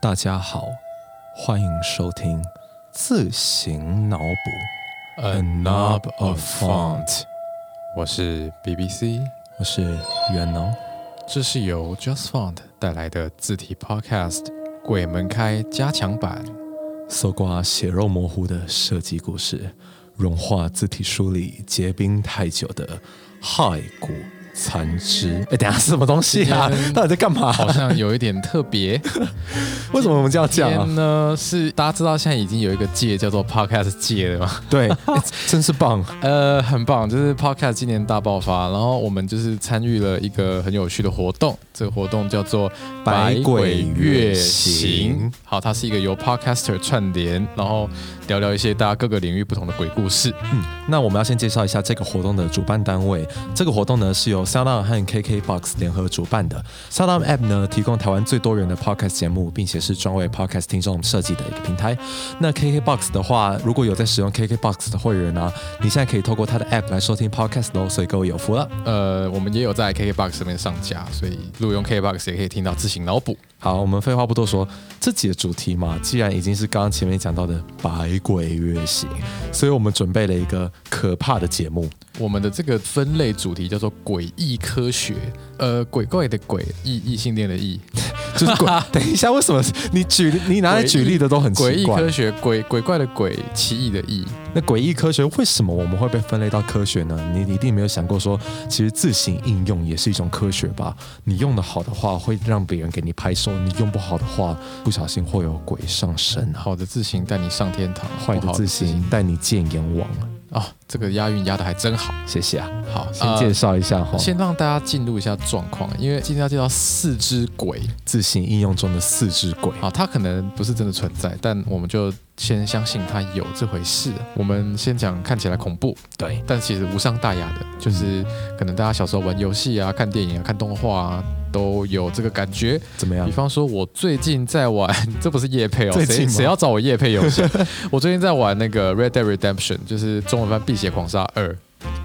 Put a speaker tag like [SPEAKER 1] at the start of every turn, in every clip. [SPEAKER 1] 大家好，欢迎收听自行脑补
[SPEAKER 2] A knob of font。我是 BBC，
[SPEAKER 1] 我是袁农，
[SPEAKER 2] 这是由 Just Font 带来的字体 Podcast《鬼门开》加强版。
[SPEAKER 1] 搜刮血肉模糊的设计故事，融化字体书里结冰太久的骸骨残肢。哎，等一下什么东西啊
[SPEAKER 2] 今？天
[SPEAKER 1] 到底在干嘛？
[SPEAKER 2] 好像有一点特别。
[SPEAKER 1] 为什么我 们这样
[SPEAKER 2] 今
[SPEAKER 1] 讲啊？
[SPEAKER 2] 天呢是大家知道现在已经有一个界叫做 Podcast 界了吗？
[SPEAKER 1] 对，哎真是棒。
[SPEAKER 2] 呃，很棒，就是 Podcast 今年大爆发，然后我们就是参与了一个很有趣的活动，这个活动叫做“
[SPEAKER 1] 百鬼月
[SPEAKER 2] 月
[SPEAKER 1] 行
[SPEAKER 2] 行”。好，它是一个由 Podcaster 串联，然后聊聊一些大家各个领域不同的鬼故事。
[SPEAKER 1] 那我们要先介绍一下这个活动的主办单位。这个活动呢是由 Sound 和 KKBox 联合主办的。Sound App 呢提供台湾最多元的 Podcast 节目，并且是专为 Podcast 听众设计的一个平台。那 KKBox 的话，如果有在使用 KKBox 的会员呢、你现在可以透过它的 App 来收听 Podcast 喽，所以各位有福了。
[SPEAKER 2] 呃，我们也有在 KKBOX 上面上架，所以如果用 KKBOX 也可以听到自行脑补。
[SPEAKER 1] 好，我们废话不多说，这集的主题嘛，既然已经是刚刚前面讲到的百鬼月行，所以我们准备了一个可怕的节目。
[SPEAKER 2] 我们的这个分类主题叫做“诡异科学”，呃，鬼怪的鬼，异异性恋的异，
[SPEAKER 1] 就是鬼。等一下，为什么你举你拿来举例的都很
[SPEAKER 2] 诡
[SPEAKER 1] 奇
[SPEAKER 2] 异
[SPEAKER 1] 怪
[SPEAKER 2] 科？学，鬼鬼怪的鬼，奇异的异。
[SPEAKER 1] 那诡异科学为什么我们会被分类到科学呢？你一定没有想过说，其实自行应用也是一种科学吧？你用的好的话，会让别人给你拍手；你用不好的话，不小心会有鬼上身啊！
[SPEAKER 2] 好的字形带你上天堂，
[SPEAKER 1] 坏
[SPEAKER 2] 不
[SPEAKER 1] 的
[SPEAKER 2] 好
[SPEAKER 1] 自行带你见阎王。
[SPEAKER 2] 啊、这个押韵押的还真好。
[SPEAKER 1] 谢谢啊！
[SPEAKER 2] 好，
[SPEAKER 1] 先介绍一下哈、
[SPEAKER 2] 呃先让大家进入一下状况，因为今天要介绍四只鬼
[SPEAKER 1] 自行应用中的四只鬼。
[SPEAKER 2] 啊，它可能不是真的存在，但我们就先相信它有这回事。我们先讲看起来恐怖，
[SPEAKER 1] 对，
[SPEAKER 2] 但其实无伤大雅的，
[SPEAKER 1] 嗯
[SPEAKER 2] 就是可能大家小时候玩游戏啊、看电影啊、看动画啊，都有这个感觉。
[SPEAKER 1] 怎么样
[SPEAKER 2] 比？方说，我最近在玩， 这不是夜配哦，
[SPEAKER 1] 最近
[SPEAKER 2] 谁
[SPEAKER 1] 吗
[SPEAKER 2] 谁要找我夜配游戏？ 我最近在玩那个《Red Dead Redemption》，就是中文翻《辟邪狂杀二》。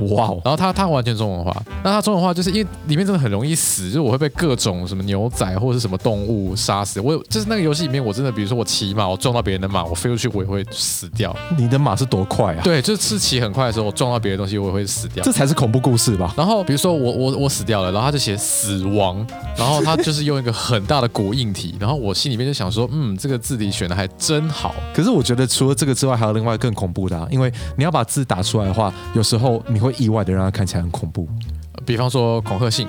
[SPEAKER 1] 哇哦！
[SPEAKER 2] 然后它它完全中文化，那它中文化就是因为里面真的很容易死，就是我会被各种什么牛仔或者是什么动物杀死。我有就是那个游戏里面，我真的比如说我骑马，我撞到别人的马，我飞出去我也会死 掉。
[SPEAKER 1] 你的马是多快啊？
[SPEAKER 2] 对，就是是骑很快的时候，我撞到别的东西我也会死掉
[SPEAKER 1] 这。才是恐怖故事吧？
[SPEAKER 2] 然后比如说我我我死掉了，然后他就写死亡，然后他就是用一个很大的古印体，然后我心里面就想说，嗯，这个字体选的还真好。
[SPEAKER 1] 可是我觉得除了这个之外，还有另外更恐怖的、啊，因为你要把字打出来的话，有时候你会意外的让它看起来很恐怖。
[SPEAKER 2] 比方说恐吓信，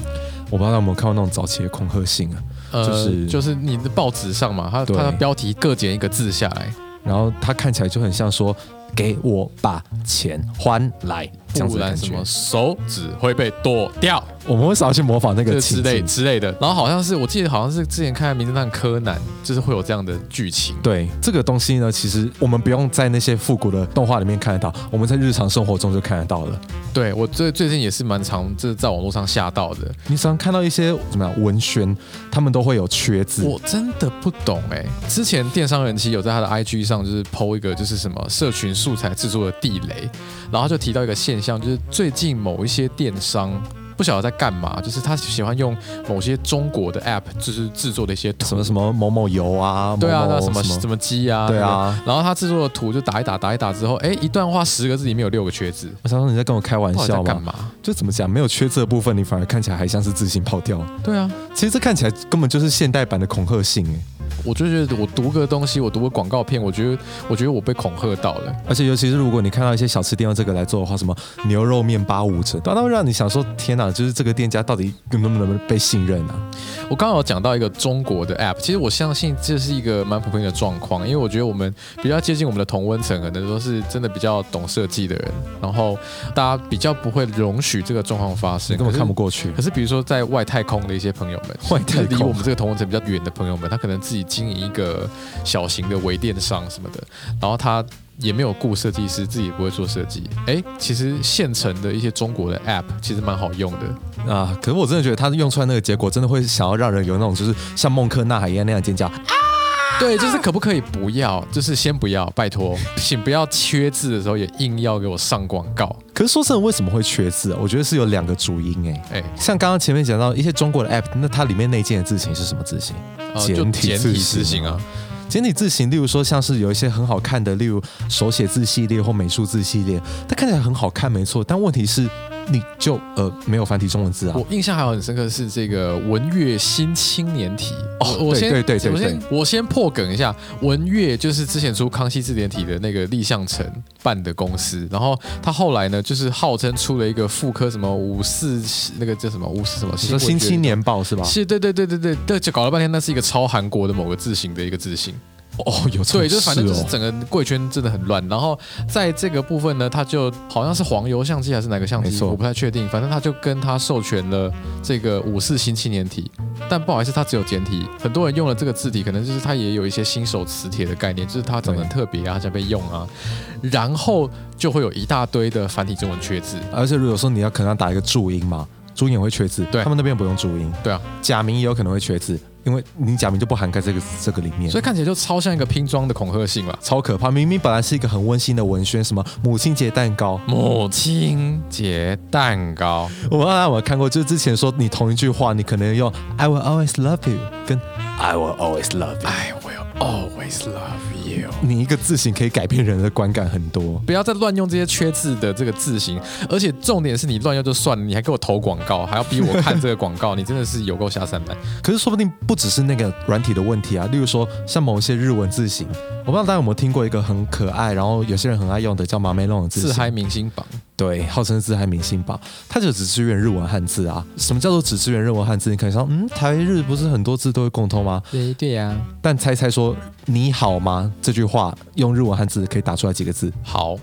[SPEAKER 1] 我不知道有没有看过那种早期的恐吓信啊，
[SPEAKER 2] 呃，
[SPEAKER 1] 就是
[SPEAKER 2] 就是你的报纸上嘛，它
[SPEAKER 1] 对
[SPEAKER 2] 它的标题各剪一个字下来，
[SPEAKER 1] 然后它看起来就很像说“给我把钱还来”这样子
[SPEAKER 2] 不
[SPEAKER 1] 的
[SPEAKER 2] 然
[SPEAKER 1] 感
[SPEAKER 2] 什
[SPEAKER 1] 觉
[SPEAKER 2] 么。手指会被剁掉，
[SPEAKER 1] 我们为啥要去模仿那
[SPEAKER 2] 这
[SPEAKER 1] 个
[SPEAKER 2] 之
[SPEAKER 1] 情
[SPEAKER 2] 类
[SPEAKER 1] 景？
[SPEAKER 2] 之类的。然后好像是我记得好像是之前看《名侦探柯南》，就是会有这样的剧情。
[SPEAKER 1] 对这个东西呢，其实我们不用在那些复古的动画里面看得到，我们在日常生活中就看得到了。
[SPEAKER 2] 对我最最近也是蛮常就是在网络上吓到的，
[SPEAKER 1] 你常看到一些怎么样文宣，他们都会有缺字，
[SPEAKER 2] 我真的不懂哎、之前电商人妻有在他的 IG 上就是 PO 一个就是什么社群素材制作的地雷，然后就提到一个现象，就是最近某一些电商。不晓得在干嘛，就是他喜欢用某些中国的 app，就是制作的一些图，
[SPEAKER 1] 什么什么某某油啊，
[SPEAKER 2] 对啊，
[SPEAKER 1] 某
[SPEAKER 2] 那
[SPEAKER 1] 某
[SPEAKER 2] 什么什
[SPEAKER 1] 什么，
[SPEAKER 2] 么鸡啊，
[SPEAKER 1] 对啊
[SPEAKER 2] 那个然后他制作的图就打一打打一打之后，哎，一段话十个字里面有六个缺字，
[SPEAKER 1] 我想说你在跟我开玩
[SPEAKER 2] 到底在
[SPEAKER 1] 笑吗
[SPEAKER 2] 干？嘛？
[SPEAKER 1] 就怎么讲，没有缺这部分，你反而看起来还像是自行跑掉。
[SPEAKER 2] 对啊，
[SPEAKER 1] 其实这看起来根本就是现代版的恐吓性哎，
[SPEAKER 2] 我就觉得我读个东西，我读个广告片，我觉得我觉得我被恐吓到了。
[SPEAKER 1] 而且尤其是如果你看到一些小吃店用这个来做的话，什么牛肉面八五折，那会让你想说天哪，就是这个店家到底能不能被信任啊？
[SPEAKER 2] 我刚刚有讲到一个中国的 app，其实我相信这是一个蛮普遍的状况，因为我觉得我们比较接近我们的同温层，可能都是真的比较懂设计的人，然后大家比较不会容许这个状况发生。
[SPEAKER 1] 你根
[SPEAKER 2] 可
[SPEAKER 1] 本
[SPEAKER 2] 是
[SPEAKER 1] 看不过去
[SPEAKER 2] 可。是比如说在外太空的一些朋友们，
[SPEAKER 1] 外太空
[SPEAKER 2] 就是离我们这个同文层比较远的朋友们，他可能自己经营一个小型的微电商什么的，然后他也没有雇设计师，自己也不会做设计。哎，其实现成的一些中国的 App 其实蛮好用的，
[SPEAKER 1] 啊！可是我真的觉得他用出来那个结果，真的会想要让人有那种就是像孟克呐喊一样那样尖叫啊
[SPEAKER 2] 对，就是可不可以不要？就是先不要，拜托，请不要缺字的时候也硬要给我上广告。
[SPEAKER 1] 可是说真的，为什么会缺字啊？我觉得是有两个主因哎、
[SPEAKER 2] 哎、
[SPEAKER 1] 像刚刚前面讲到一些中国的 app，那它里面内建的字型是什么字型？
[SPEAKER 2] 呃就
[SPEAKER 1] 体
[SPEAKER 2] 简
[SPEAKER 1] 字
[SPEAKER 2] 体
[SPEAKER 1] 型
[SPEAKER 2] 字型啊，
[SPEAKER 1] 简体字型，例如说像是有一些很好看的，例如手写字系列或美术字系列，它看起来很好看，没错。但问题是，你就呃没有繁体中文字啊。
[SPEAKER 2] 我印象还有很深刻的是这个文乐新青年体
[SPEAKER 1] 哦
[SPEAKER 2] 我我
[SPEAKER 1] 对
[SPEAKER 2] 先
[SPEAKER 1] 对对对
[SPEAKER 2] 我先我先破梗一下，文乐就是之前出《康熙字典体》的那个立项城办的公司，然后他后来呢，就是号称出了一个妇科什么五四那个叫什么五四什么
[SPEAKER 1] 你说《新青年报》是吧？
[SPEAKER 2] 是，对对对对对，对，就搞了半天，那是一个超韩国的某个字形的一个字形。
[SPEAKER 1] 哦，有这种
[SPEAKER 2] 对，就是反正就是
[SPEAKER 1] 事哦
[SPEAKER 2] 整个贵圈真的很乱。然后在这个部分呢，他就好像是黄油相机还是哪个相
[SPEAKER 1] 没
[SPEAKER 2] 机，
[SPEAKER 1] 错
[SPEAKER 2] 我不太确定。反正他就跟他授权了这个五四新青年体，但不好意思，它只有简体。很多人用了这个字体，可能就是它也有一些新手磁铁的概念，就是它长得很特别啊，才被用啊。然后就会有一大堆的繁体中文缺字。
[SPEAKER 1] 而且如果说你要可能要打一个注音嘛，注音也会缺字，
[SPEAKER 2] 对啊
[SPEAKER 1] 他们那边不用注音，
[SPEAKER 2] 对啊，
[SPEAKER 1] 假名也有可能会缺字，因为你假名就不涵盖这个这个里面
[SPEAKER 2] 所。以看起来就超像一个拼装的恐吓性了。
[SPEAKER 1] 超可怕！明明本来是一个很温馨的文宣，什么母亲节蛋糕，
[SPEAKER 2] 母亲节蛋糕，
[SPEAKER 1] 我们啊我看过，就是之前说你同一句话，你可能用 I will always love you 跟 I will always love you，
[SPEAKER 2] I will always love you。
[SPEAKER 1] 你一个字形可以改变人的观感很多。
[SPEAKER 2] 不要再乱用这些缺字的这个字形，而且重点是你乱用就算了，你还给我投广告，还要逼我看这个广告，你真的是有够下三 滥。
[SPEAKER 1] 可是说不定不只是那个软体的问题啊，例如说像某一些日文字形，我不知道大家有没有听过一个很可爱，然后有些人很爱用的叫马梅龙的字
[SPEAKER 2] 自
[SPEAKER 1] 形，
[SPEAKER 2] 嗨明星榜，
[SPEAKER 1] 对，号称自嗨明星榜，它就只支援日文汉字啊。什么叫做只支援日文汉字？你可能想，嗯，台日不是很多字都会共通吗？
[SPEAKER 2] 对对啊呀、
[SPEAKER 1] 但猜猜说你好吗这句话用日文汉字可以打出来几个字？
[SPEAKER 2] 好，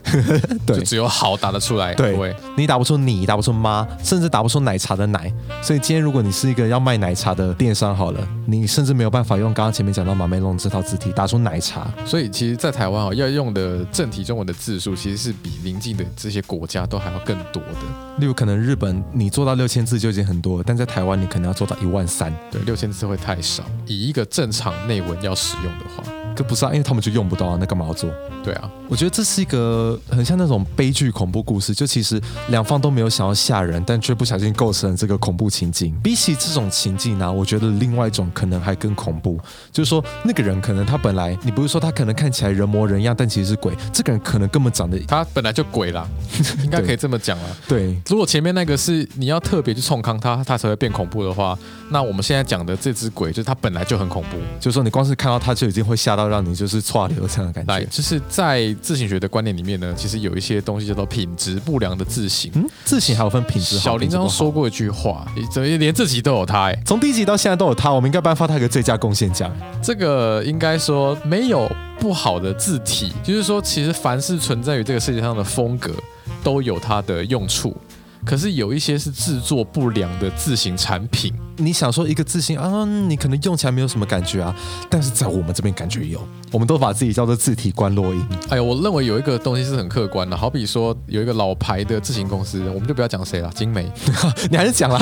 [SPEAKER 1] 对
[SPEAKER 2] 就只有好打得出来，
[SPEAKER 1] 对
[SPEAKER 2] 各位，
[SPEAKER 1] 你打不出你，打不出妈，甚至打不出奶茶的奶。所以今天如果你是一个要卖奶茶的电商好了，你甚至没有办法用刚刚前面讲到马梅龙这套字体打出奶茶。
[SPEAKER 2] 所以其实，在台湾哦，要用的正体中文的字数，其实是比邻近的这些国家都还要更多的，
[SPEAKER 1] 例如可能日本你做到六千字就已经很多了，但在台湾你可能要做到一万三，
[SPEAKER 2] 对，六千字会太少。以一个正常内文要使用的话，
[SPEAKER 1] 可不是啊，因为他们就用不到啊，那干嘛要做？
[SPEAKER 2] 对啊，
[SPEAKER 1] 我觉得这是一个很像那种悲剧恐怖故事，就其实两方都没有想要吓人，但却不小心构成了这个恐怖情境。比起这种情境呢、我觉得另外一种可能还更恐怖，就是说那个人可能他本来你不是说他可能看起来人模人样，但其实是鬼，这个人可能根本长得
[SPEAKER 2] 他本来就鬼啦， 应该可以这么讲啦。
[SPEAKER 1] 对
[SPEAKER 2] 如果前面那个是你要特别去冲康它，它才会变恐怖的话，那我们现在讲的这只鬼，就是它本来就很恐怖。
[SPEAKER 1] 就是说你光是看到他就已经会吓到让你就是歘流这样的感
[SPEAKER 2] 来，
[SPEAKER 1] 觉。
[SPEAKER 2] 就是在自行学的观念里面呢，其实有一些东西叫做品质不良的自行。
[SPEAKER 1] 嗯，字形还有分品质好。
[SPEAKER 2] 小
[SPEAKER 1] 品
[SPEAKER 2] 林
[SPEAKER 1] 质不
[SPEAKER 2] 刚
[SPEAKER 1] 好
[SPEAKER 2] 说，过一句话，你怎么连自己都有他、欸？
[SPEAKER 1] 从第一集到现在都有他，我们应该颁发他一个最佳贡献奖。
[SPEAKER 2] 这个应该说没有不好的字体，就是说，其实凡是存在于这个世界上的风格，都有它的用处。可是有一些是制作不良的自行产品，
[SPEAKER 1] 你想说一个字形啊，你可能用起来没有什么感觉啊，但是在我们这边感觉有，我们都把自己叫做字体观落音。
[SPEAKER 2] 哎呀，我认为有一个东西是很客观的，好比说有一个老牌的自行公司，我们就不要讲谁了，精美，
[SPEAKER 1] 你还是讲啦，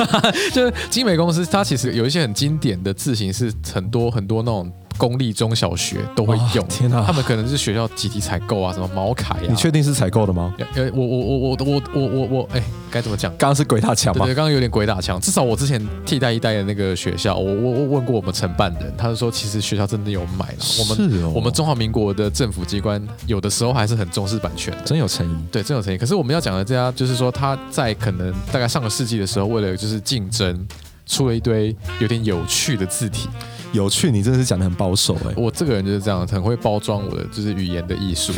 [SPEAKER 2] 就是精美公司，它其实有一些很经典的字型是很多很多那种公立中小学都会用，
[SPEAKER 1] 哦天哪
[SPEAKER 2] 他们可能是学校集体采购啊，什么毛卡呀、
[SPEAKER 1] 你确定是采购的吗？
[SPEAKER 2] 呃，我我我我我我我我，哎，该怎么讲？
[SPEAKER 1] 刚刚是鬼打墙
[SPEAKER 2] 对
[SPEAKER 1] 吗？
[SPEAKER 2] 对，刚刚有点鬼打墙。至少我之前替代一代的那个学校，我我我问过我们承办人，他是说其实学校真的有买了。我们、
[SPEAKER 1] 是哦
[SPEAKER 2] 我们中华民国的政府机关有的时候还是很重视版权的。
[SPEAKER 1] 真有诚意。
[SPEAKER 2] 对，真有诚意。可是我们要讲的这家，就是说他在可能大概上个世纪的时候，为了就是竞争，出了一堆有点有趣的字体。
[SPEAKER 1] 有趣，你真的是讲的很保守哎、
[SPEAKER 2] 我这个人就是这样，很会包装我的就是语言的艺 术。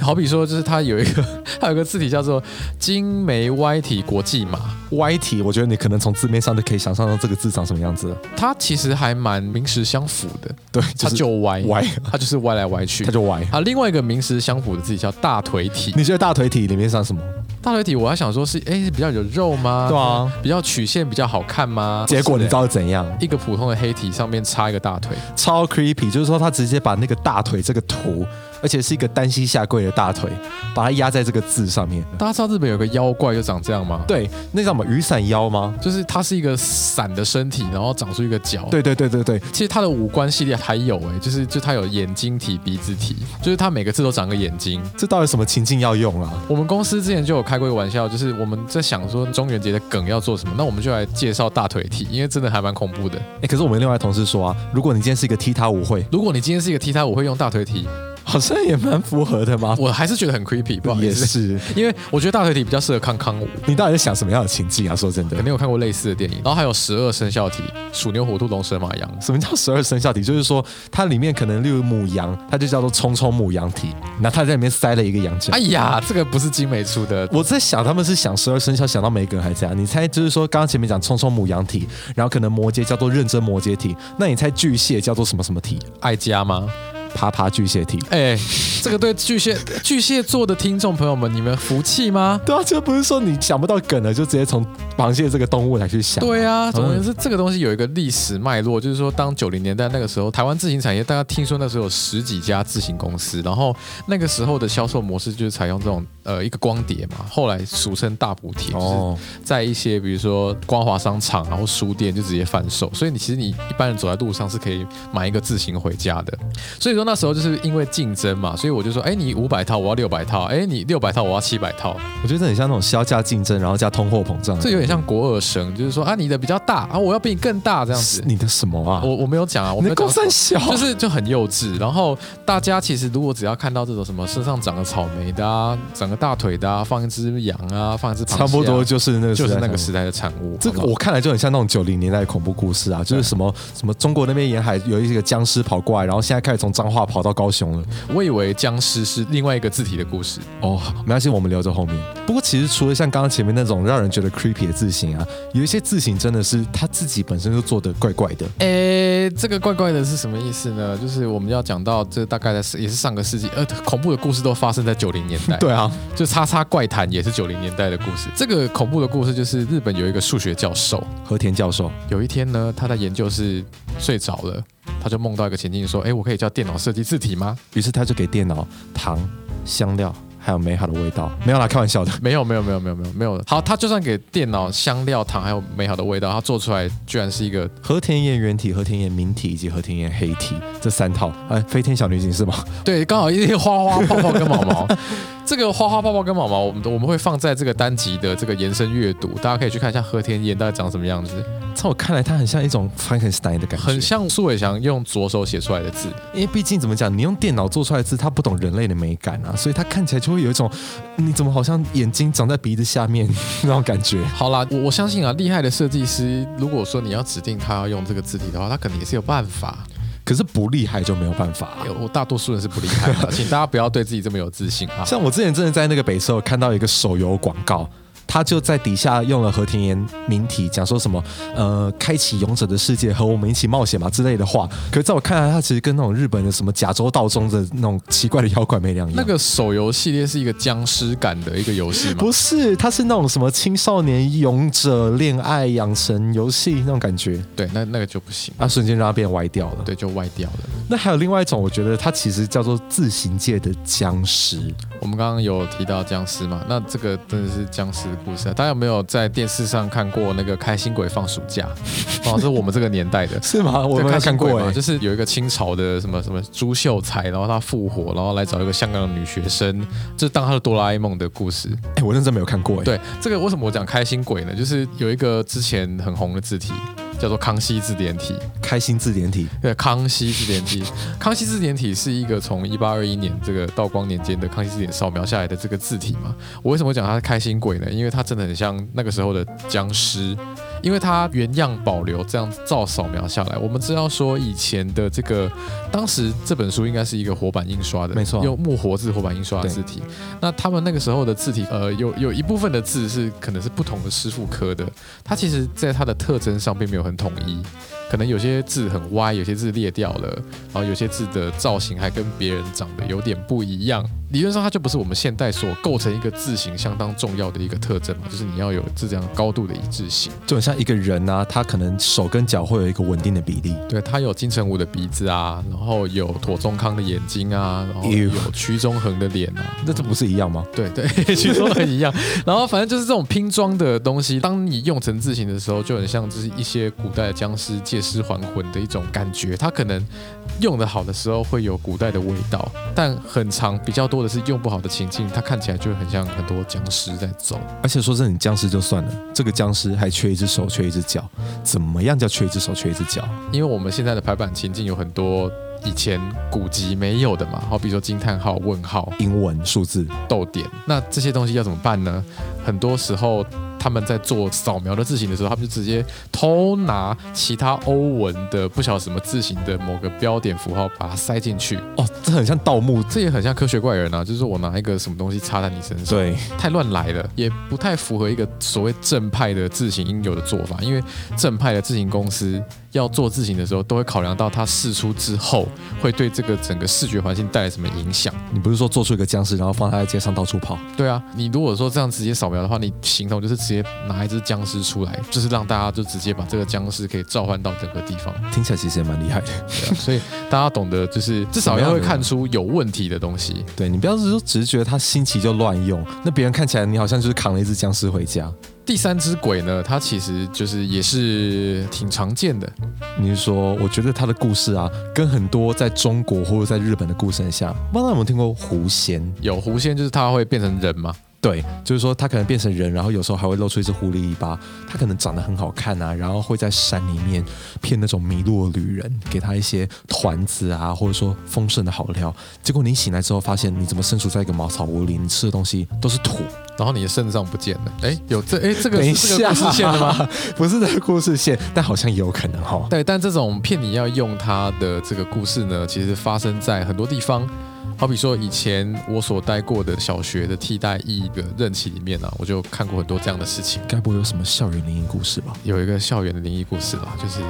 [SPEAKER 2] 好比说，就是他有一个，他有一个字体叫做“精眉歪体国际码
[SPEAKER 1] 歪题，我觉得你可能从字面上就可以想象到这个字长什么样子了。”，
[SPEAKER 2] 它其实还蛮名实相符的，
[SPEAKER 1] 对，
[SPEAKER 2] 它
[SPEAKER 1] 是
[SPEAKER 2] 就歪，
[SPEAKER 1] 歪，
[SPEAKER 2] 它就是歪来歪去
[SPEAKER 1] 它。就歪。
[SPEAKER 2] 啊，另外一个名实相符的字体叫大腿体。
[SPEAKER 1] 你觉得大腿体里面像什么？
[SPEAKER 2] 大腿体，我还想说是，哎，是比较有肉吗？
[SPEAKER 1] 对啊，
[SPEAKER 2] 比较曲线比较好看吗？
[SPEAKER 1] 结果你知
[SPEAKER 2] 道。
[SPEAKER 1] 道是怎样？
[SPEAKER 2] 一个普通的黑体上面插一个大腿，
[SPEAKER 1] 超 creepy，就是说他直接把那个大腿这个图而且是一个单膝下跪的大腿，把它压在这个字上面。
[SPEAKER 2] 大家知道日本有个妖怪就长这样吗？，
[SPEAKER 1] 嗯对，那叫什么雨伞腰吗？
[SPEAKER 2] 就是它是一个伞的身体，然后长出一个脚。，
[SPEAKER 1] 对对对对对，
[SPEAKER 2] 其实它的五官系列还有哎、就是就它有眼睛体、鼻子体，就是它每个字都长个眼睛。
[SPEAKER 1] 这到底什么情境要用啊？
[SPEAKER 2] 我们公司之前就有开过一个玩笑，就是我们在想说中元节的梗要做什么，那我们就来介绍大腿体，因为真的还蛮恐怖的。
[SPEAKER 1] 哎，可是我们另外同事说啊，如果你今天是一个踢踏舞会，
[SPEAKER 2] 如果你今天是一个 T 他，我会用大腿体，
[SPEAKER 1] 好像也蛮符合的嘛。
[SPEAKER 2] 我还是觉得很 creepy，不好意
[SPEAKER 1] 也
[SPEAKER 2] 思，
[SPEAKER 1] 是，
[SPEAKER 2] 因为我觉得大腿体比较适合康康舞。
[SPEAKER 1] 你到底在想什么样的情境啊？说真
[SPEAKER 2] 肯
[SPEAKER 1] 的，
[SPEAKER 2] 定有看过类似的电影，然后还有十二生肖体，鼠牛虎兔龙蛇马羊，
[SPEAKER 1] 什么叫十二生肖体？就是说它里面可能例如母羊，它就叫做冲冲母羊体，那它在里面塞了一个羊角。
[SPEAKER 2] 哎呀，这个不是精美出的，
[SPEAKER 1] 我在想，他们是想十二生肖想到每个人还是怎样？你猜，就是说，刚刚前面讲冲冲母羊体，然后可能摩羯叫做认真摩羯体，那你猜巨蟹叫做什么什么体？
[SPEAKER 2] 爱家吗？
[SPEAKER 1] 啪啪巨蟹体。
[SPEAKER 2] 哎、这个对巨蟹巨蟹座的听众朋友们，你们服气吗？
[SPEAKER 1] 对啊，这不是说你想不到梗了，就直接从螃蟹这个动物来去想。
[SPEAKER 2] 对啊，总而言
[SPEAKER 1] 嗯
[SPEAKER 2] 之，这个东西有一个历史脉络，就是说，当九零年代那个时候，台湾自行产业，大家听说那时候有十几家自行公司，然后那个时候的销售模式就是采用这种呃一个光碟嘛，后来俗称大补贴，就是
[SPEAKER 1] 哦，
[SPEAKER 2] 在一些比如说光华商场然后书店就直接贩售，所以你其实你一般人走在路上是可以买一个自行回家的。所以说那时候就是因为竞争嘛，所以我就说，哎，你五百套我要六百套，哎，你六百套我要七百套，
[SPEAKER 1] 我觉得这很像那种销价竞争，然后加通货膨胀。
[SPEAKER 2] 这有点像国二生，就是说啊你的比较大啊我要比你更大这样子。
[SPEAKER 1] 你的什么啊？
[SPEAKER 2] 我我没有讲啊，我
[SPEAKER 1] 你
[SPEAKER 2] 没
[SPEAKER 1] 的
[SPEAKER 2] 有
[SPEAKER 1] 公
[SPEAKER 2] 讲
[SPEAKER 1] 三小，
[SPEAKER 2] 就是就很幼稚。然后大家其实如果只要看到这种什么身上长个草莓的啊，长个大腿的啊，放一只羊啊，放一只螃蟹啊、
[SPEAKER 1] 差不多就是那个时
[SPEAKER 2] 就
[SPEAKER 1] 代
[SPEAKER 2] 是那个
[SPEAKER 1] 产
[SPEAKER 2] 时代的产物。
[SPEAKER 1] 这
[SPEAKER 2] 好
[SPEAKER 1] 个
[SPEAKER 2] 不好
[SPEAKER 1] 我看来就很像那种九零年代的恐怖故事啊，就是什么什么中国那边沿海有一个僵尸跑过来，然后现在开始从彰化跑到高雄了。
[SPEAKER 2] 我以为僵尸是另外一个字体的故事，
[SPEAKER 1] 哦，没关系，我们留着后面。不过其实除了像刚刚前面那种让人觉得 creepy 的字形啊，有一些字形真的是他自己本身就做的怪怪的。
[SPEAKER 2] 诶，这个怪怪的是什么意思呢？就是我们要讲到这大概在是也是上个世纪，呃，恐怖的故事都发生在九零年 代，，
[SPEAKER 1] 对啊，
[SPEAKER 2] 就《叉叉怪谈》也是九零年代的故事。这个恐怖的故事就是日本有一个数学教授，
[SPEAKER 1] 和田教授，
[SPEAKER 2] 有一天呢，他在研究室睡着了，他就梦到一个情境，说：“诶，我可以叫电脑设计字体吗
[SPEAKER 1] 于是他就给电脑糖、香料还有美好的味道。没有啦，开玩笑的。？”
[SPEAKER 2] 没有，没有，没有，没有，没有，没有。好，他就算给电脑香料、糖还有美好的味道，他做出来居然是一个
[SPEAKER 1] 和田燕圆体、和田燕明体以及和田燕黑体这三套，哎，飞天小女警是吗？
[SPEAKER 2] 对，刚好一些花花泡泡跟毛 毛。这个花花泡泡跟毛毛，我们我们会放在这个单集的这个延伸阅读，大家可以去看一下和田燕到底长什么样子，
[SPEAKER 1] 在我看来，它很像一种 Frankenstein 的感觉，
[SPEAKER 2] 很像苏伟翔用左手写出来的字。
[SPEAKER 1] 因为毕竟怎么讲，你用电脑做出来的字，它不懂人类的美感啊，所以它看起来就会有一种，嗯你怎么好像眼睛长在鼻子下面 那种感觉。
[SPEAKER 2] 好啦，我我相信啊，厉害的设计师，如果说你要指定他要用这个字体的话，他肯定也是有办法。
[SPEAKER 1] 可是不厉害就没有办法啊、
[SPEAKER 2] 哎我大多数人是不厉害 的，请大家不要对自己这么有自信啊。
[SPEAKER 1] 像我之前真的在那个北车，我看到一个手游广告。他就在底下用了和田言名体讲说什么，呃，开启勇者的世界，和我们一起冒险嘛之类的话。可是在我看来，他其实跟那种日本的什么甲州道中的那种奇怪的妖怪没两样。
[SPEAKER 2] 那个手游系列是一个僵尸感的一个游戏嘛，
[SPEAKER 1] 不是，它是那种什么青少年勇者恋爱养成游戏那种感觉，
[SPEAKER 2] 对，那那个就不行，
[SPEAKER 1] 啊，瞬间让它变歪掉了。
[SPEAKER 2] 对，就歪掉了。
[SPEAKER 1] 那还有另外一种，我觉得它其实叫做自行界的僵尸。
[SPEAKER 2] 我们刚刚有提到僵尸嘛，那这个真的是僵尸的故事、啊。大家有没有在电视上看过那个《开心鬼放暑假》？ 哦，这是我们这个年代的。
[SPEAKER 1] 是吗？ 我没
[SPEAKER 2] 这个
[SPEAKER 1] 有
[SPEAKER 2] 开心
[SPEAKER 1] 看
[SPEAKER 2] 鬼
[SPEAKER 1] 过
[SPEAKER 2] 嘛，
[SPEAKER 1] 哎、
[SPEAKER 2] 就是有一个清朝的什么什么朱秀才，然后他复活，然后来找一个香港的女学生，就当他的哆啦 A 梦的故事。
[SPEAKER 1] 哎我认真没有看过哎、
[SPEAKER 2] 对，这个为什么我讲开心鬼呢？就是有一个之前很红的字体叫做康熙字典体，
[SPEAKER 1] 开心字典体
[SPEAKER 2] 对，康熙字典体，康熙字典体是一个从一八二一年这个道光年间的康熙字典扫描下来的这个字体嘛。我为什么讲它是开心鬼呢？因为它真的很像那个时候的僵尸，因为它原样保留这样照扫描下来。我们知道说以前的这个，当时这本书应该是一个活版印刷的，
[SPEAKER 1] 没错
[SPEAKER 2] 用木活字活版印刷的
[SPEAKER 1] 对
[SPEAKER 2] 字体。那他们那个时候的字体，呃，有有一部分的字是可能是不同的师傅刻的，它其实在它的特征上并没有很统一。可能有些字很歪，有些字裂掉了，然后有些字的造型还跟别人长得有点不一样。理论上，它就不是我们现代所构成一个字形相当重要的一个特征嘛，就是你要有这样高度的一致性。
[SPEAKER 1] 就很像一个人啊，他可能手跟脚会有一个稳定的比例。
[SPEAKER 2] 对，他有金城武的鼻子啊，然后有妥中康的眼睛啊，然后有
[SPEAKER 1] Ew
[SPEAKER 2] 屈中恒的脸啊，
[SPEAKER 1] 那这不是一样吗？
[SPEAKER 2] 对 对，其实都很一样。然后反正就是这种拼装的东西，当你用成字形的时候，就很像就是一些古代的僵尸借尸还魂的一种感觉。它可能用的好的时候会有古代的味道，但很长比较多的是用不好的情境，它看起来就很像很多僵尸在走。
[SPEAKER 1] 而且说真的，你僵尸就算了，这个僵尸还缺一只手，缺一只脚，怎么样叫缺一只手，缺一只脚？
[SPEAKER 2] 因为我们现在的排版情境有很多以前古籍没有的嘛，好比说惊叹号、问号、
[SPEAKER 1] 英文数字
[SPEAKER 2] 逗点。那这些东西要怎么办呢？很多时候他们在做扫描的字形的时候，他们就直接偷拿其他欧文的不晓得什么字形的某个标点符号，把它塞进去。
[SPEAKER 1] 哦，这很像盗墓。
[SPEAKER 2] 这也很像科学怪人啊，就是我拿一个什么东西插在你身上，
[SPEAKER 1] 对，
[SPEAKER 2] 太乱来了，也不太符合一个所谓正派的字型应有的做法。因为正派的字型公司要做字型的时候，都会考量到它试出之后会对这个整个视觉环境带来什么影响。
[SPEAKER 1] 你不是说做出一个僵尸，然后放他在街上到处跑？
[SPEAKER 2] 对啊，你如果说这样直接扫描的话，你形同就是直接拿一只僵尸出来，就是让大家就直接把这个僵尸可以召唤到整个地 方。
[SPEAKER 1] 听起来其实也蛮厉害的。
[SPEAKER 2] 对啊所以大家懂得就是至少要会看出有问题的东西。
[SPEAKER 1] 对你不要是说直觉，他新奇就乱用，那别人看起来你好像就是扛了一只僵尸回家。
[SPEAKER 2] 第三只鬼呢，它其实就是也是挺常见的，
[SPEAKER 1] 你是说，我觉得他的故事啊，跟很多在中国或者在日本的故事很像。不知道你有没有听过狐仙？
[SPEAKER 2] 有狐仙就是它会变成人嘛，
[SPEAKER 1] 对，就是说他可能变成人，然后有时候还会露出一只狐狸尾巴。他可能长得很好看啊，然后会在山里面骗那种迷路的旅人，给他一些团子啊，或者说丰盛的好料。结果你醒来之后，发现你怎么身处在一个茅草屋里，你吃的东西都是土。
[SPEAKER 2] 然后你的肾脏不见了。哎，有这哎这个
[SPEAKER 1] 等一
[SPEAKER 2] 是这
[SPEAKER 1] 下，
[SPEAKER 2] 个故事线的吗？？
[SPEAKER 1] 不是这个故事线，但好像也有可能哈、
[SPEAKER 2] 对，但这种骗你要用它的这个故事呢，其实发生在很多地方。好比说，以前我所待过的小学的替代役的任期里面呢、啊，我就看过很多这样的事情。
[SPEAKER 1] 该不会有什么校园灵异故事吧？
[SPEAKER 2] 有一个校园的灵异故事啦，就是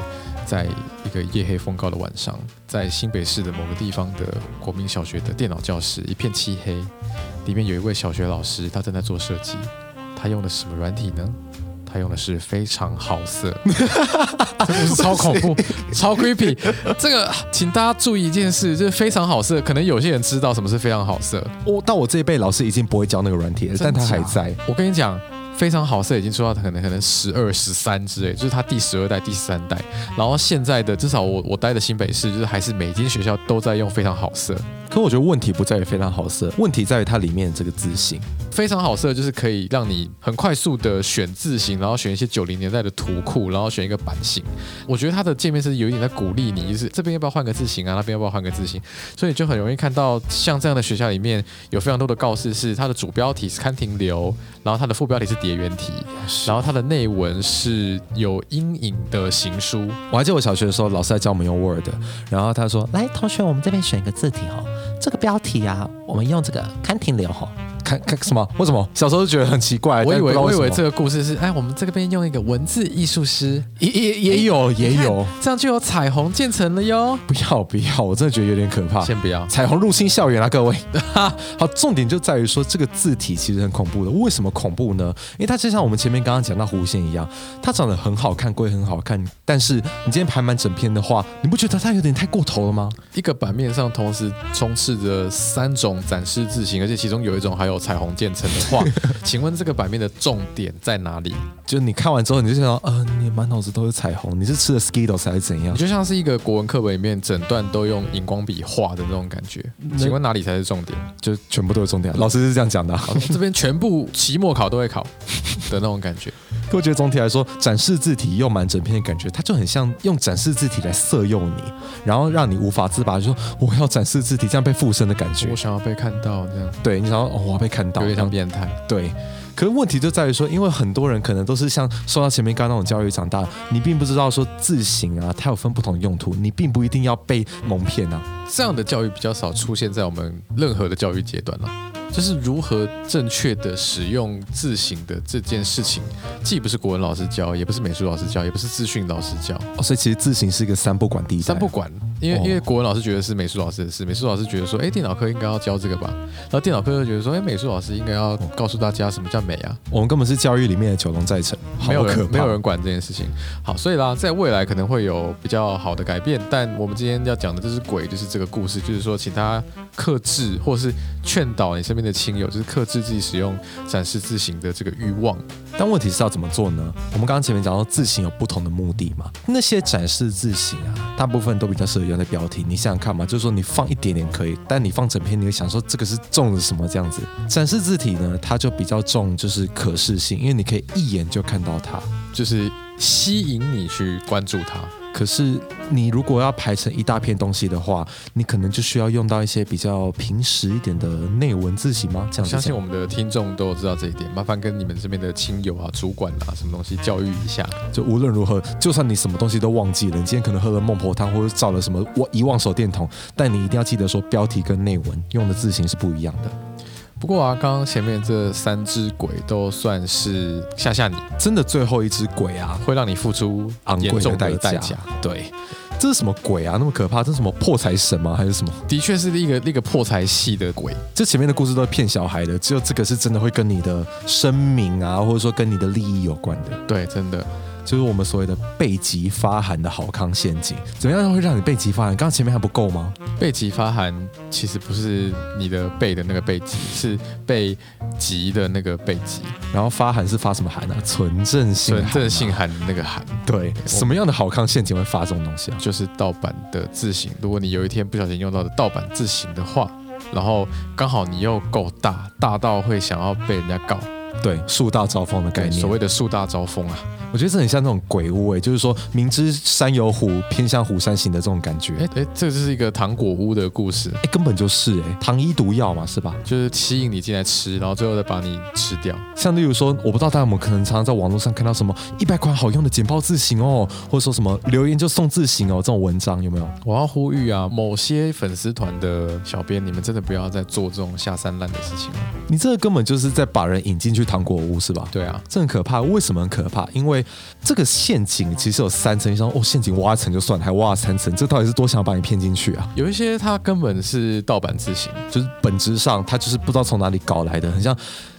[SPEAKER 2] 在一个夜黑风高的晚上，在新北市的某个地方的国民小学的电脑教室，一片漆黑，里面有一位小学老师，他正在做设计，他用的是什么软体呢？他用的是非常好色，这故事超恐怖，超 creepy。这个请大家注意一件事，就是非常好色。可能有些人知道什么是非常好色，
[SPEAKER 1] 我到我这一辈，老师已经不会教那个软体了，但他还在。
[SPEAKER 2] 我跟你讲，非常好色已经做到可能可能十二、十三之类，就是他第十二代、第十三代。然后现在的至少我我待的新北市，就是还是每间学校都在用非常好色。
[SPEAKER 1] 可我觉得问题不在于非常好色，问题在于它里面的这个字形。
[SPEAKER 2] 非常好色就是可以让你很快速的选字型，然后选一些九零年代的图库，然后选一个版型。我觉得它的界面是有一点在鼓励你，就是这边要不要换个字型啊，那边要不要换个字型，所以就很容易看到像这样的学校里面有非常多的告示是它的主标题是刊停留，然后它的副标题是叠圆体，然后它的内文是有阴影的行书，
[SPEAKER 1] 我还记得我小学的时候，老师在教我们用 Word，然后他说
[SPEAKER 3] 来，同学，我们这边选一个字体哦，这个标题啊，我们用这个看停留哦。
[SPEAKER 1] 看看什么？为什么？小时候就觉得很奇怪，
[SPEAKER 2] 我以为
[SPEAKER 1] 但不
[SPEAKER 2] 我以
[SPEAKER 1] 知道为
[SPEAKER 2] 为
[SPEAKER 1] 什
[SPEAKER 2] 这
[SPEAKER 1] 么
[SPEAKER 2] 个故事是，哎，我们这个边用一个文字艺术师，
[SPEAKER 1] 也也也
[SPEAKER 2] 哎
[SPEAKER 1] 有也有，
[SPEAKER 2] 这样就有彩虹建成了哟。
[SPEAKER 1] 不要不要，我真的觉得有点可怕。
[SPEAKER 2] 先不要，
[SPEAKER 1] 彩虹入侵校园啊，各位！ 好，重点就在于说这个字体其实很恐怖的。为什么恐怖呢？因为它就像我们前面刚刚讲到弧线一样，它长得很好看归很好看，但是你今天排满整篇的话，你不觉得它有点太过头了吗？
[SPEAKER 2] 一个版面上同时充斥着三种展示字型，而且其中有一种还有彩虹渐层的画，请问这个版面的重点在哪里？
[SPEAKER 1] 就你看完之后，你就想到，呃，你满脑子都是彩虹，你是吃了 Skittles 还是怎样
[SPEAKER 2] 你？就像是一个国文课本里面整段都用荧光笔画的那种感觉，请问哪里才是重点？
[SPEAKER 1] 就全部都是重点。老师是这样讲的啊、
[SPEAKER 2] 好这边全部期末考都会考的那种感觉。
[SPEAKER 1] 可我觉得总体来说，展示字体用满整篇的感觉，它就很像用展示字体来色诱你，然后让你无法自拔，就说我要展示字体，这样被附身的感觉
[SPEAKER 2] 我。想要被看到，这样
[SPEAKER 1] 对你想要、哦、我要被看到，
[SPEAKER 2] 有点像
[SPEAKER 1] 然后
[SPEAKER 2] 变态。
[SPEAKER 1] 对。可是问题就在于说，因为很多人可能都是像受到前面刚刚那种教育长大，你并不知道说字形啊，它有分不同的用途，你并不一定要被蒙骗啊。
[SPEAKER 2] 这样的教育比较少出现在我们任何的教育阶段了。就是如何正确的使用字形的这件事情，既不是国文老师教，也不是美术老师教，也不是资讯老师教，
[SPEAKER 1] 哦，所以其实字形是一个三不管地带。
[SPEAKER 2] 三不管，因为、
[SPEAKER 1] 哦
[SPEAKER 2] 因为国文老师觉得是美术老师的事，美术老师觉得说，哎，电脑课应该要教这个吧，然后电脑课就觉得说，哎，美术老师应该要告诉大家什么叫美啊，
[SPEAKER 1] 我们根本是教育里面的九龙寨城，好
[SPEAKER 2] 没有
[SPEAKER 1] 可
[SPEAKER 2] 人
[SPEAKER 1] 怕。
[SPEAKER 2] 没有人管这件事情。好，所以啦，在未来可能会有比较好的改变，但我们今天要讲的这只鬼，就是这个故事，就是说，请他克制，或是劝导你身边的亲友，就是克制自己使用展示字形的这个欲望。
[SPEAKER 1] 但问题是要怎么做呢？我们刚刚前面讲到字形有不同的目的嘛，那些展示字形啊，大部分都比较适合用在标题。你想想看嘛，就是说你放一点点可以，但你放整篇，你会想说这个是中了什么这样子。展示字体呢，它就比较重就是可视性，因为你可以一眼就看到它。
[SPEAKER 2] 就是吸引你去关注它。
[SPEAKER 1] 可是你如果要排成一大片东西的话，你可能就需要用到一些比较平实一点的内文字形吗？这样子
[SPEAKER 2] 相信
[SPEAKER 1] 讲
[SPEAKER 2] 我们的听众都有知道这一点，麻烦跟你们身边的亲友啊、主管啊什么东西教育一下。
[SPEAKER 1] 就无论如何，就算你什么东西都忘记了，你今天可能喝了孟婆汤或者照了什么忘遗忘手电筒，但你一定要记得说标题跟内文用的字形是不一样的。
[SPEAKER 2] 不过啊，刚刚前面这三只鬼都算是吓吓你，
[SPEAKER 1] 真的最后一只鬼啊，
[SPEAKER 2] 会让你付出
[SPEAKER 1] 昂
[SPEAKER 2] 严
[SPEAKER 1] 贵
[SPEAKER 2] 重
[SPEAKER 1] 代
[SPEAKER 2] 的代
[SPEAKER 1] 价
[SPEAKER 2] 价。
[SPEAKER 1] 对，这是什么鬼啊？那么可怕？这是什么破财神吗？还是什么？
[SPEAKER 2] 的确是一个一个破财系的鬼，
[SPEAKER 1] 这前面的故事都是骗小孩的，只有这个是真的会跟你的生命啊，或者说跟你的利益有关的。
[SPEAKER 2] 对，真的。
[SPEAKER 1] 就是我们所谓的背脊发寒的好康陷阱。怎么样会让你背脊发寒？刚刚前面还不够吗？
[SPEAKER 2] 背脊发寒其实不是你的背的那个背脊，是被急的那个背脊，
[SPEAKER 1] 然后发寒是发什么寒啊？纯正性寒
[SPEAKER 2] 纯
[SPEAKER 1] 啊、
[SPEAKER 2] 正性寒的那个寒，
[SPEAKER 1] 对，什么样的好康陷阱会发这种东西啊？
[SPEAKER 2] 就是盗版的字型。如果你有一天不小心用到的盗版字型的话，然后刚好你又够大，大到会想要被人家告，
[SPEAKER 1] 对，树大招风的概
[SPEAKER 2] 对，
[SPEAKER 1] 念。
[SPEAKER 2] 所谓的树大招风啊。
[SPEAKER 1] 我觉得这很像那种鬼屋、欸，就是说明知山有虎，偏向虎山行的这种感觉。哎、
[SPEAKER 2] 哎哎，这就是一个糖果屋的故事，
[SPEAKER 1] 根本就是哎、糖衣毒药嘛，是吧？
[SPEAKER 2] 就是吸引你进来吃，然后最后再把你吃掉。
[SPEAKER 1] 像例如说，我不知道大家有没有可能常常在网络上看到什么一百款好用的简报字型哦，或者说什么留言就送字型哦，这种文章有没有？
[SPEAKER 2] 我要呼吁啊，某些粉丝团的小编，你们真的不要再做这种下三滥的事情了。
[SPEAKER 1] 你这个根本就是在把人引进去糖果屋，是吧？
[SPEAKER 2] 对啊，
[SPEAKER 1] 这很可怕。为什么很可怕？因为这个陷阱其实有三层以上，哦，陷阱挖一层就算了，还挖了三层，这到底是多想把你骗进去啊？
[SPEAKER 2] 有一些他根本是盗版字型，
[SPEAKER 1] 就是本质上他就是不知道从哪里搞来的，很像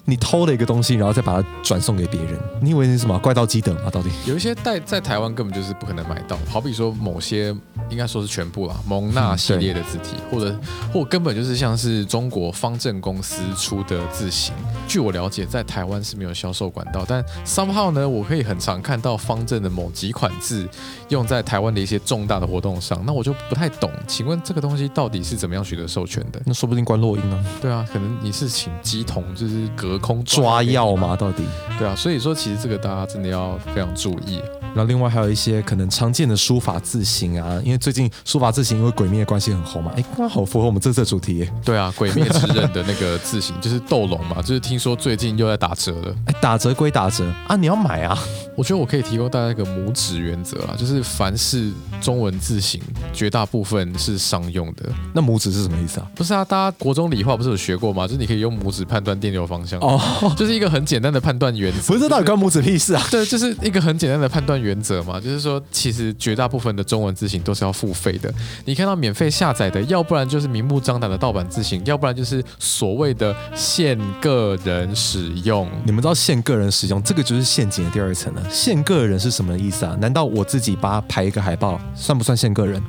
[SPEAKER 1] 你偷了一个东西，然后再把它转送给别人。你以为你是什么怪盗基德吗？到底？
[SPEAKER 2] 有一些在在台湾根本就是不可能买到。好比说某些，应该说是全部啦，蒙娜系列的字体，或者或根本就是像是中国方正公司出的字型。据我了解，在台湾是没有销售管道，但 somehow 呢，我可以很常看到方正的某几款字用在台湾的一些重大的活动上，那我就不太懂。请问这个东西到底是怎么样取得授权的？
[SPEAKER 1] 那说不定关落音啊，
[SPEAKER 2] 对啊，可能你是请鸡童，就是隔空
[SPEAKER 1] 抓
[SPEAKER 2] 药。
[SPEAKER 1] 药吗？到底？
[SPEAKER 2] 对啊，所以说其实这个大家真的要非常注意。
[SPEAKER 1] 然后另外还有一些可能常见的书法字形啊，因为最近书法字形因为鬼灭的关系很红嘛，哎，刚好符合我们这次的主题耶。
[SPEAKER 2] 对啊，《鬼灭之刃》的那个字形就是斗龙嘛， 就是听说最近又在打折了。
[SPEAKER 1] 哎，打折归打折啊，你要买啊。
[SPEAKER 2] 我觉得我可以提供大家一个拇指原则啊，就是凡是中文字形，绝大部分是商用的。
[SPEAKER 1] 那拇指是什么意思啊？
[SPEAKER 2] 不是啊，大家国中理化不是有学过吗？就是你可以用拇指判断电流方向，
[SPEAKER 1] 哦，
[SPEAKER 2] 就是一个很简单的判断原则。
[SPEAKER 1] 不是，这到底关拇指屁事啊？
[SPEAKER 2] 对，就是一个很简单的判断原则嘛，就是说，其实绝大部分的中文字型都是要付费的。你看到免费下载的，要不然就是明目张胆的盗版字型，要不然就是所谓的限个人使用。
[SPEAKER 1] 你们知道限个人使用，这个就是陷阱的第二层了。限个人是什么意思啊？难道我自己把它排一个海报，算不算限个人？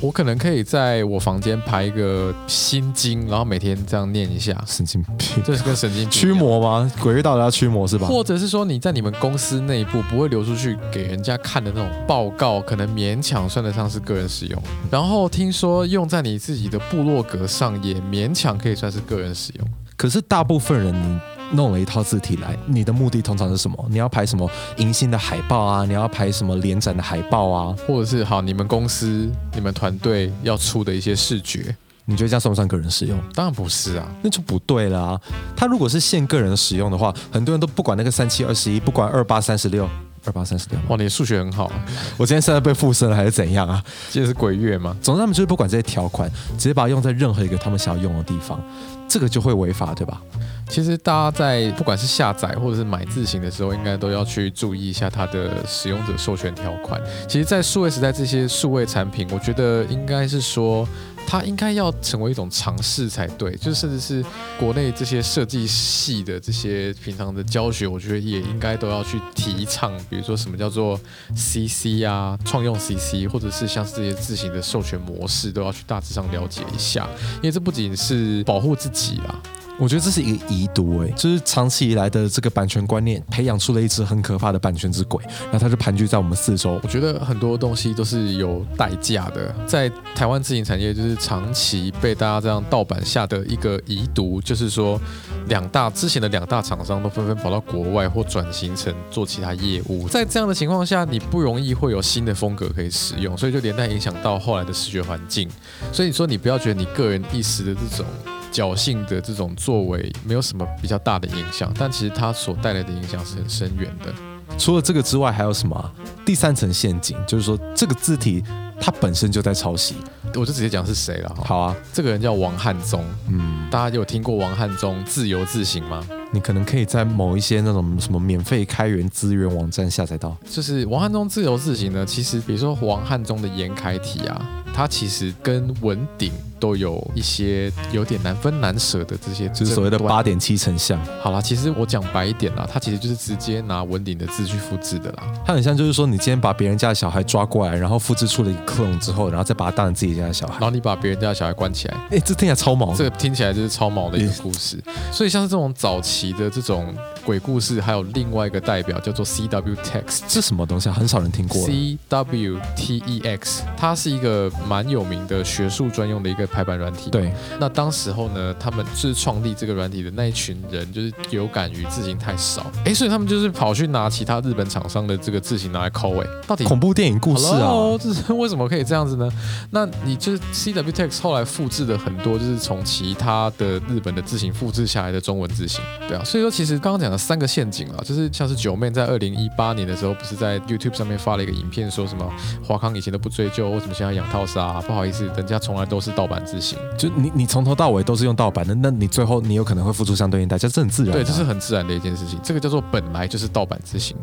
[SPEAKER 2] 我可能可以在我房间排一个心经，然后每天这样念一下，
[SPEAKER 1] 神经病！
[SPEAKER 2] 这是跟神经
[SPEAKER 1] 驱。魔吗？鬼月到底要驱魔是吧？
[SPEAKER 2] 或者是说你在你们公司内部不会流出去给人家看的那种报告，可能勉强算得上是个人使用。然后听说用在你自己的部落格上，也勉强可以算是个人使用。
[SPEAKER 1] 可是大部分人你。弄了一套字体来，你的目的通常是什么？你要排什么迎新的海报啊？你要排什么联展的海报啊？
[SPEAKER 2] 或者是好，你们公司、你们团队要出的一些视觉，
[SPEAKER 1] 你觉得这样算不算个人使用？
[SPEAKER 2] 当然不是啊。
[SPEAKER 1] 那就不对啦、他如果是限个人使用的话，很多人都不管那个三七二十一，不管二八三十六，二八三十六吗？
[SPEAKER 2] 哇，你的数学很好，
[SPEAKER 1] 我今天是在被附身了还是怎样啊？
[SPEAKER 2] 这是鬼月吗？
[SPEAKER 1] 总之，他们就是不管这些条款，直接把它用在任何一个他们想要用的地方，这个就会违法，对吧？
[SPEAKER 2] 其实大家在不管是下载或者是买字型的时候，应该都要去注意一下它的使用者授权条款。其实，在数位时代，这些数位产品，我觉得应该是说。它应该要成为一种尝试才对，就是甚至是国内这些设计系的这些平常的教学，我觉得也应该都要去提倡，比如说什么叫做 CC 啊，创用 CC，或者是像是这些字型的授权模式，都要去大致上了解一下，因为这不仅是保护自己啊啦，
[SPEAKER 1] 我觉得这是一个遗毒、欸，哎，就是长期以来的这个版权观念，培养出了一只很可怕的版权之鬼，然后它就盘踞在我们四周
[SPEAKER 2] 我。觉得很多东西都是有代价的，在台湾自营产业就是长期被大家这样盗版下的一个遗毒，就是说两大之前的两大厂商都纷纷跑到国外或转型成做其他业务，在这样的情况下，你不容易会有新的风格可以使用，所以就连带影响到后来的视觉环境。所以你说你不要觉得你个人一时的这种。侥幸的这种作为没有什么比较大的影响，但其实它所带来的影响是很深远的。
[SPEAKER 1] 除了这个之外，还有什么啊、第三层陷阱？就是说这个字体它本身就在抄袭。
[SPEAKER 2] 我就直接讲是谁了哈。
[SPEAKER 1] 好啊，
[SPEAKER 2] 这个人叫王汉宗，
[SPEAKER 1] 嗯，
[SPEAKER 2] 大家有听过王汉宗自由自行吗？
[SPEAKER 1] 你可能可以在某一些那种什么免费开源资源网站下载到。
[SPEAKER 2] 就是王汉宗自由自行呢，其实比如说王汉宗的严楷体啊，它其实跟文鼎都有一些有点难分难舍的这些，
[SPEAKER 1] 就是所谓的八。点七成像，
[SPEAKER 2] 好啦，其实我讲白一点啦，它其实就是直接拿文鼎的字去复制的啦。
[SPEAKER 1] 它很像就是说，你今天把别人家的小孩抓过来，然后复制出了一个 clone 之后，然后再把它当成自己家的小
[SPEAKER 2] 然
[SPEAKER 1] 孩。
[SPEAKER 2] 后你把别人家的小孩关起来，
[SPEAKER 1] 哎，这听起来超毛。
[SPEAKER 2] 这个听起来就是超毛的一个故事。
[SPEAKER 1] 嗯
[SPEAKER 2] 所以像是这种早期的这种鬼故事，还有另外一个代表叫做 CW Text。
[SPEAKER 1] 这什么东西啊？很少人听过。
[SPEAKER 2] C W T E X，它是一个蛮有名的学术专用的一个排版软体。，
[SPEAKER 1] 对，
[SPEAKER 2] 那当时候呢，他们是创立这个软体的那一群人，就是有感于字型太少，诶，所以他们就是跑去拿其他日本厂商的这个字型拿来抠，诶，到底
[SPEAKER 1] 恐怖电影故事啊。
[SPEAKER 2] Hello，这是为什么可以这样子呢？那你就是 CW Text E 后来复制的很多，就是从其他的日本的字型复制下来的中文字型，对啊。所以说，其实刚刚讲的三个陷阱啊，就是像是九妹在二零一八年的时候，不是在 YouTube 上面发了一个影片，说什么华康以前都不追究，为什么现在养套杀、啊不好意思，人家从来都是盗版字型。
[SPEAKER 1] 就你你从头到尾都是用盗版的，那你最后你有可能会付出相对应代价，这很自然、啊
[SPEAKER 2] 对，这是。很自然的一件事情。这个叫做本来就是盗版之行。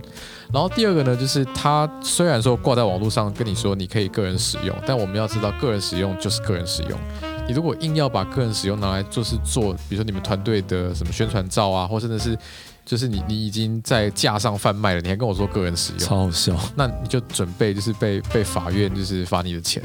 [SPEAKER 2] 然后第二个呢，就是它虽然说挂在网络上跟你说你可以个人使用，但我们要知道个人使用就是个人使用。你如果硬要把个人使用拿来就是做，比如说你们团队的什么宣传照啊，或真的是就是你你已经在架上贩卖了，你还跟我说个人使用，
[SPEAKER 1] 超好笑，
[SPEAKER 2] 那你就准备就是被被法院就是罚你的钱。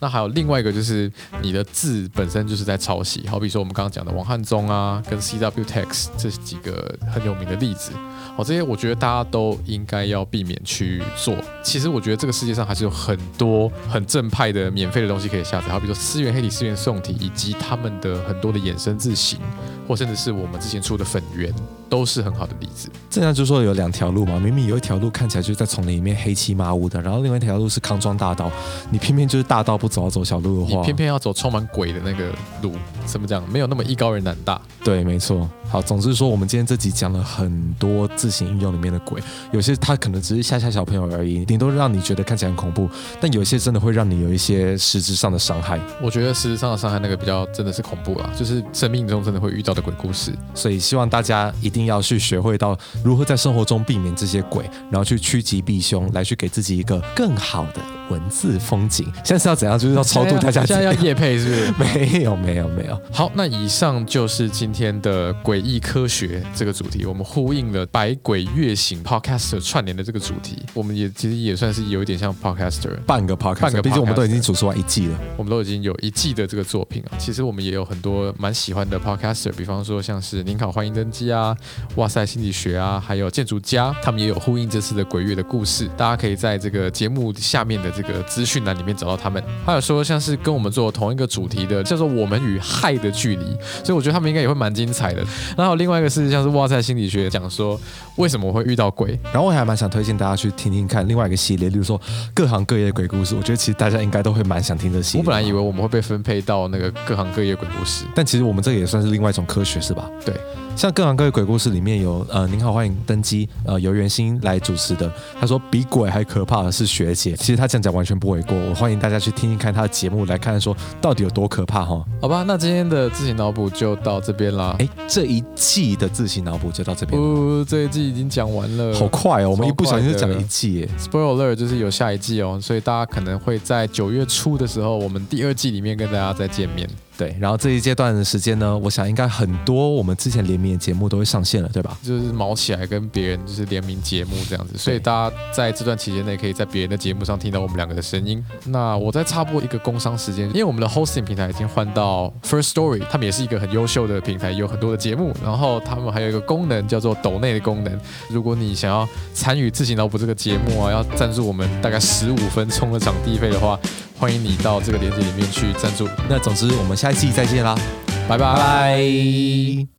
[SPEAKER 2] 那还有另外一个就是你的字本身就是在抄袭，好比说我们刚刚讲的王汉宗啊，跟 CW Text 这几个很有名的例子，哦，这些我觉得大家都应该要避免去做。其实我觉得这个世界上还是有很多很正派的免费的东西可以下载，好比说思源黑体、思源宋体以及他们的很多的衍生字型，或甚至是我们之前出的粉圆，都是很好的例子。
[SPEAKER 1] 这样就说有两条路嘛，明明有一条路看起来就是在丛林里面黑漆麻乌的，然后另外一条路是康庄大道，你偏偏就是大道不走，要走小路的
[SPEAKER 2] 你
[SPEAKER 1] 话，
[SPEAKER 2] 偏偏要走充满鬼的那个路，怎么讲？没有那么艺高人胆大。
[SPEAKER 1] 对，没错。好，总之说我们今天这集讲了很多自行应用里面的鬼，有些它可能只是吓吓小朋友而已，顶多让你觉得看起来很恐怖，但有些真的会让你有一些实质上的伤害。
[SPEAKER 2] 我觉得事实上的伤害那个比较真的是恐怖啦，啊就是生命中真的会遇到的鬼故事。
[SPEAKER 1] 所以希望大家一定要去学会到如何在生活中避免这些鬼，然后去趋吉避凶，来去给自己一个更好的文字风景。现在是要怎样？就是要超度大 家。
[SPEAKER 2] 现在要夜配是不 是？
[SPEAKER 1] 没有没有没有，
[SPEAKER 2] 好，那以上就是今天的诡异科学这个主题，我们呼应了百鬼月行 podcaster 串联的这个主题，我们也其实也算是有一点像 podcaster，
[SPEAKER 1] 半个 podcast，
[SPEAKER 2] 半个
[SPEAKER 1] 毕竟我们
[SPEAKER 2] podcast
[SPEAKER 1] 都已经主持完一季了。
[SPEAKER 2] 我们都已经有一季的这个作品啊。其实我们也有很多蛮喜欢的 podcaster，比方说像是宁考欢迎登机啊，哇塞心理学啊，还有建筑家，他们也有呼应这次的鬼月的故事。大家可以在这个节目下面的这个资讯栏里面找到他们。还有说像是跟我们做同一个主题的，叫做《我们与害的距离》，所以我觉得他们应该也会蛮精彩的。然后另外一个是像是哇塞心理学讲说为什么我会遇到鬼，
[SPEAKER 1] 然后我还蛮想推荐大家去听听看另外一个系列，例如说各行各业的鬼故事，我觉得其实大家应该都会蛮想听这系
[SPEAKER 2] 我
[SPEAKER 1] 列。
[SPEAKER 2] 本来以
[SPEAKER 1] 为，
[SPEAKER 2] 为我们会被分配到那个各行各业鬼故事。
[SPEAKER 1] 但其实我们这个也算是另外一种科学，是吧？
[SPEAKER 2] 对。
[SPEAKER 1] 像《各行各业鬼故事》里面有呃，您好，欢迎登机，呃，由袁心来主持的。他说比鬼还可怕的是学姐，其实他这样讲完全不为过。我欢迎大家去听听看他的节目，来看说到底有多可怕哈。
[SPEAKER 2] 好吧，那今天的自行脑补就到这边啦。
[SPEAKER 1] 哎，这一季的自行脑补就到这边了，
[SPEAKER 2] 不，这一季已经讲完了，
[SPEAKER 1] 好快哦，我们一不小心就讲了
[SPEAKER 2] 超快
[SPEAKER 1] 一
[SPEAKER 2] 的
[SPEAKER 1] 季耶。
[SPEAKER 2] Spoiler alert，就是有下一季哦，所以大家可能会在九月初的时候，我们第二季里面跟大家再见面。
[SPEAKER 1] 对，然后这一阶段的时间呢，我想应该很多我们之前联名的节目都会上线了，对吧？
[SPEAKER 2] 就是毛起来跟别人就是联名节目这样子，所以大家在这段期间内可以在别人的节目上听到我们两个的声音。那我再插播一个工商时间，因为我们的 hosting 平台已经换到 First Story，他们也是一个很优秀的平台，有很多的节目，然后他们还有一个功能叫做抖内的功能。如果你想要参与自行脑补这个节目啊，要赞助我们大概十五分钟的场地费的话，欢迎你到这个链接里面去赞助。
[SPEAKER 1] 那总之我们下一季再见啦，
[SPEAKER 2] 拜拜
[SPEAKER 1] 拜。